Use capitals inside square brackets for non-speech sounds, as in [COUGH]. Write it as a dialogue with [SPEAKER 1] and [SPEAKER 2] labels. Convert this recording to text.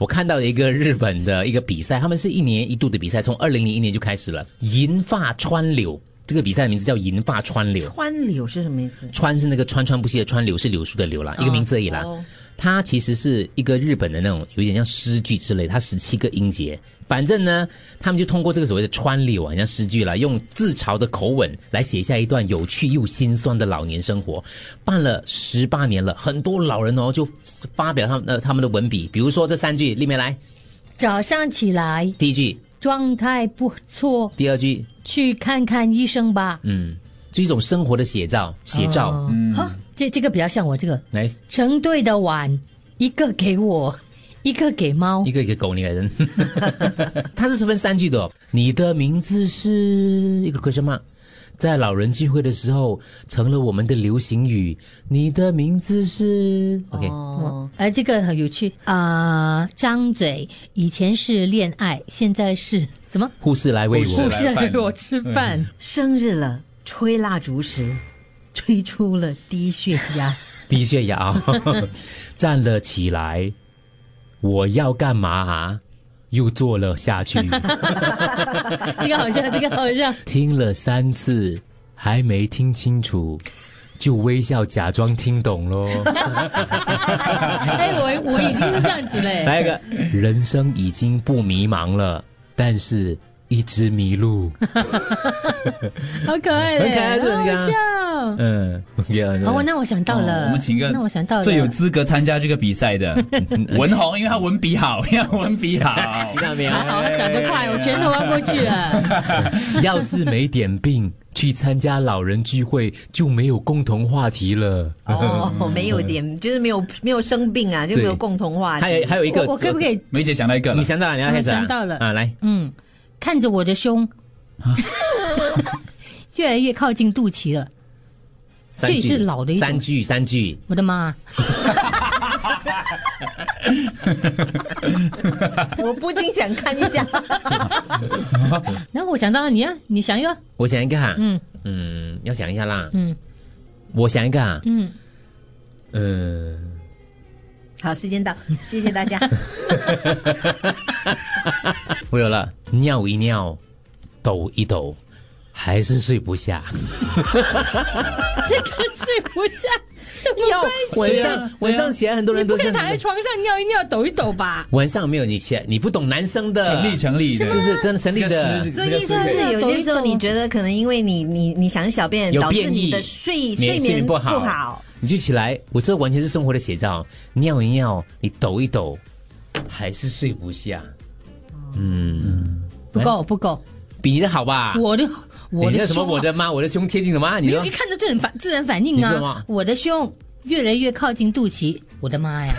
[SPEAKER 1] 我看到了一个日本的一个比赛，他们是一年一度的比赛，从二零零一年就开始了，银发川柳。这个比赛的名字叫银发川柳，
[SPEAKER 2] 川柳是什么意思？
[SPEAKER 1] 川是那个川川不息的川，柳是柳树的柳啦，一个名字而已啦。
[SPEAKER 2] 哦
[SPEAKER 1] 它其实是一个日本的那种有点像诗句之类，它十七个音节。反正呢，他们就通过这个所谓的川柳啊，像诗句啦，用自嘲的口吻来写下一段有趣又心酸的老年生活。办了十八年了，很多老人哦就发表他们呃他们的文笔，比如说这三句，立面来，
[SPEAKER 3] 早上起来
[SPEAKER 1] 第一句，
[SPEAKER 3] 状态不错，
[SPEAKER 1] 第二句，
[SPEAKER 3] 去看看医生吧。
[SPEAKER 1] 嗯，是一种生活的写照，写照。哎
[SPEAKER 3] 哦这这个比较像我这个
[SPEAKER 1] 来，
[SPEAKER 3] 成对的碗，一个给我，一个给猫
[SPEAKER 1] 一。个一个狗，你
[SPEAKER 4] [LAUGHS]
[SPEAKER 1] 个人，它是分三句的、哦。你的名字是一个 question mark，在老人聚会的时候成了我们的流行语。你的名字是 OK，、
[SPEAKER 2] 哦，
[SPEAKER 3] 哎，这个很有趣啊、呃张嘴以前是恋爱，现在是什么？
[SPEAKER 1] 护士来喂
[SPEAKER 4] 护士
[SPEAKER 1] 我
[SPEAKER 4] 来。
[SPEAKER 3] 是
[SPEAKER 4] 饭
[SPEAKER 3] 给我吃饭。
[SPEAKER 1] 嗯
[SPEAKER 2] 生日了，吹蜡烛时， [LAUGHS] 吹出了低血压。
[SPEAKER 1] 低血压
[SPEAKER 4] [LAUGHS]
[SPEAKER 1] 啊，站了起来，我要干嘛、啊？又坐了下去，
[SPEAKER 3] 这个好像，这个好
[SPEAKER 1] [LAUGHS]
[SPEAKER 3] 像。
[SPEAKER 1] 听了三次还没听清楚，就微笑假装听懂
[SPEAKER 3] [LAUGHS]
[SPEAKER 1] 喽。
[SPEAKER 3] 哎，我我已经是这样子嘞。
[SPEAKER 1] 来一个，人生已经不迷茫了，但是一直迷路。
[SPEAKER 3] [LAUGHS] 好可爱嘞，
[SPEAKER 1] 很可爱这种
[SPEAKER 3] 啊好
[SPEAKER 1] 歌
[SPEAKER 3] 好笑。
[SPEAKER 1] 嗯，
[SPEAKER 3] 哦，那我想到了，
[SPEAKER 4] 我们请一个
[SPEAKER 3] 那我想到了，
[SPEAKER 4] 最有资格参加这个比赛
[SPEAKER 1] [LAUGHS]
[SPEAKER 4] 的文宏，因为他文笔好， [LAUGHS] 因为他文笔好。
[SPEAKER 1] 看到没有？
[SPEAKER 3] 还好他长得快，我拳头要过去了。
[SPEAKER 1] 要是没点病，去参加老人聚会就没有共同话题了。
[SPEAKER 2] 哦，没有点， [LAUGHS] 就是没有没有生病啊，就没有
[SPEAKER 1] 对
[SPEAKER 2] 共同话题。
[SPEAKER 1] 还有还有一个，
[SPEAKER 3] 我我可不可以？
[SPEAKER 4] 梅姐想到一个了
[SPEAKER 1] 你，想到了，你要开始啊
[SPEAKER 3] 我想到了
[SPEAKER 1] 啊！来，
[SPEAKER 3] 嗯，看着我的胸，越来越靠近肚脐了。
[SPEAKER 1] 三句
[SPEAKER 3] 这也是老的一种
[SPEAKER 1] 三句三句，
[SPEAKER 3] 我的妈！
[SPEAKER 2] 我不禁想看一下。
[SPEAKER 3] 然后我想到你啊，你想一个，
[SPEAKER 1] 我想一个哈，
[SPEAKER 3] 嗯
[SPEAKER 1] 嗯，要想一下啦，
[SPEAKER 3] 嗯
[SPEAKER 1] 我想一个啊，
[SPEAKER 3] 嗯，
[SPEAKER 1] 嗯，
[SPEAKER 2] 好，时间到，谢谢大家。
[SPEAKER 1] 我有了，尿一尿，抖一抖，还是睡不下。
[SPEAKER 3] 这个睡不 [LAUGHS] 下，什么关
[SPEAKER 1] 晚
[SPEAKER 3] 系啊？
[SPEAKER 1] 上晚上起来，很多人
[SPEAKER 3] 你
[SPEAKER 1] 都
[SPEAKER 3] 不
[SPEAKER 1] 这
[SPEAKER 3] 可以
[SPEAKER 1] 样
[SPEAKER 3] 躺在
[SPEAKER 1] 子。
[SPEAKER 3] 床上尿一尿、抖一抖吧？
[SPEAKER 1] 晚上没有你起来，你不懂男生的
[SPEAKER 4] 成立成立的，
[SPEAKER 1] 就是真的成立
[SPEAKER 4] 这个
[SPEAKER 1] 的
[SPEAKER 4] 诗
[SPEAKER 2] 这
[SPEAKER 4] 这个
[SPEAKER 2] 意
[SPEAKER 4] 诗
[SPEAKER 2] 思
[SPEAKER 4] 可以
[SPEAKER 2] 是，有些时候你觉得可能因为你你你想小便，
[SPEAKER 1] 有
[SPEAKER 2] 导致
[SPEAKER 1] 变异
[SPEAKER 2] 你的睡
[SPEAKER 1] 免
[SPEAKER 2] 睡眠
[SPEAKER 1] 不
[SPEAKER 2] 不
[SPEAKER 1] 好，
[SPEAKER 2] 好。
[SPEAKER 1] 你就起来，我这完全是生活的写照。尿一尿，你抖一抖，还是睡不下，
[SPEAKER 3] 不够，不够，
[SPEAKER 1] 比你的好吧？
[SPEAKER 3] 我的我
[SPEAKER 1] 你
[SPEAKER 3] 的
[SPEAKER 1] 那什么
[SPEAKER 3] 胸啊
[SPEAKER 1] 我的妈，我的胸贴近什么啊？你
[SPEAKER 3] 因
[SPEAKER 1] 说
[SPEAKER 3] 为看着这很反自然反应
[SPEAKER 1] 你是吗
[SPEAKER 3] 啊，我的胸越来越靠近肚脐，我的妈呀！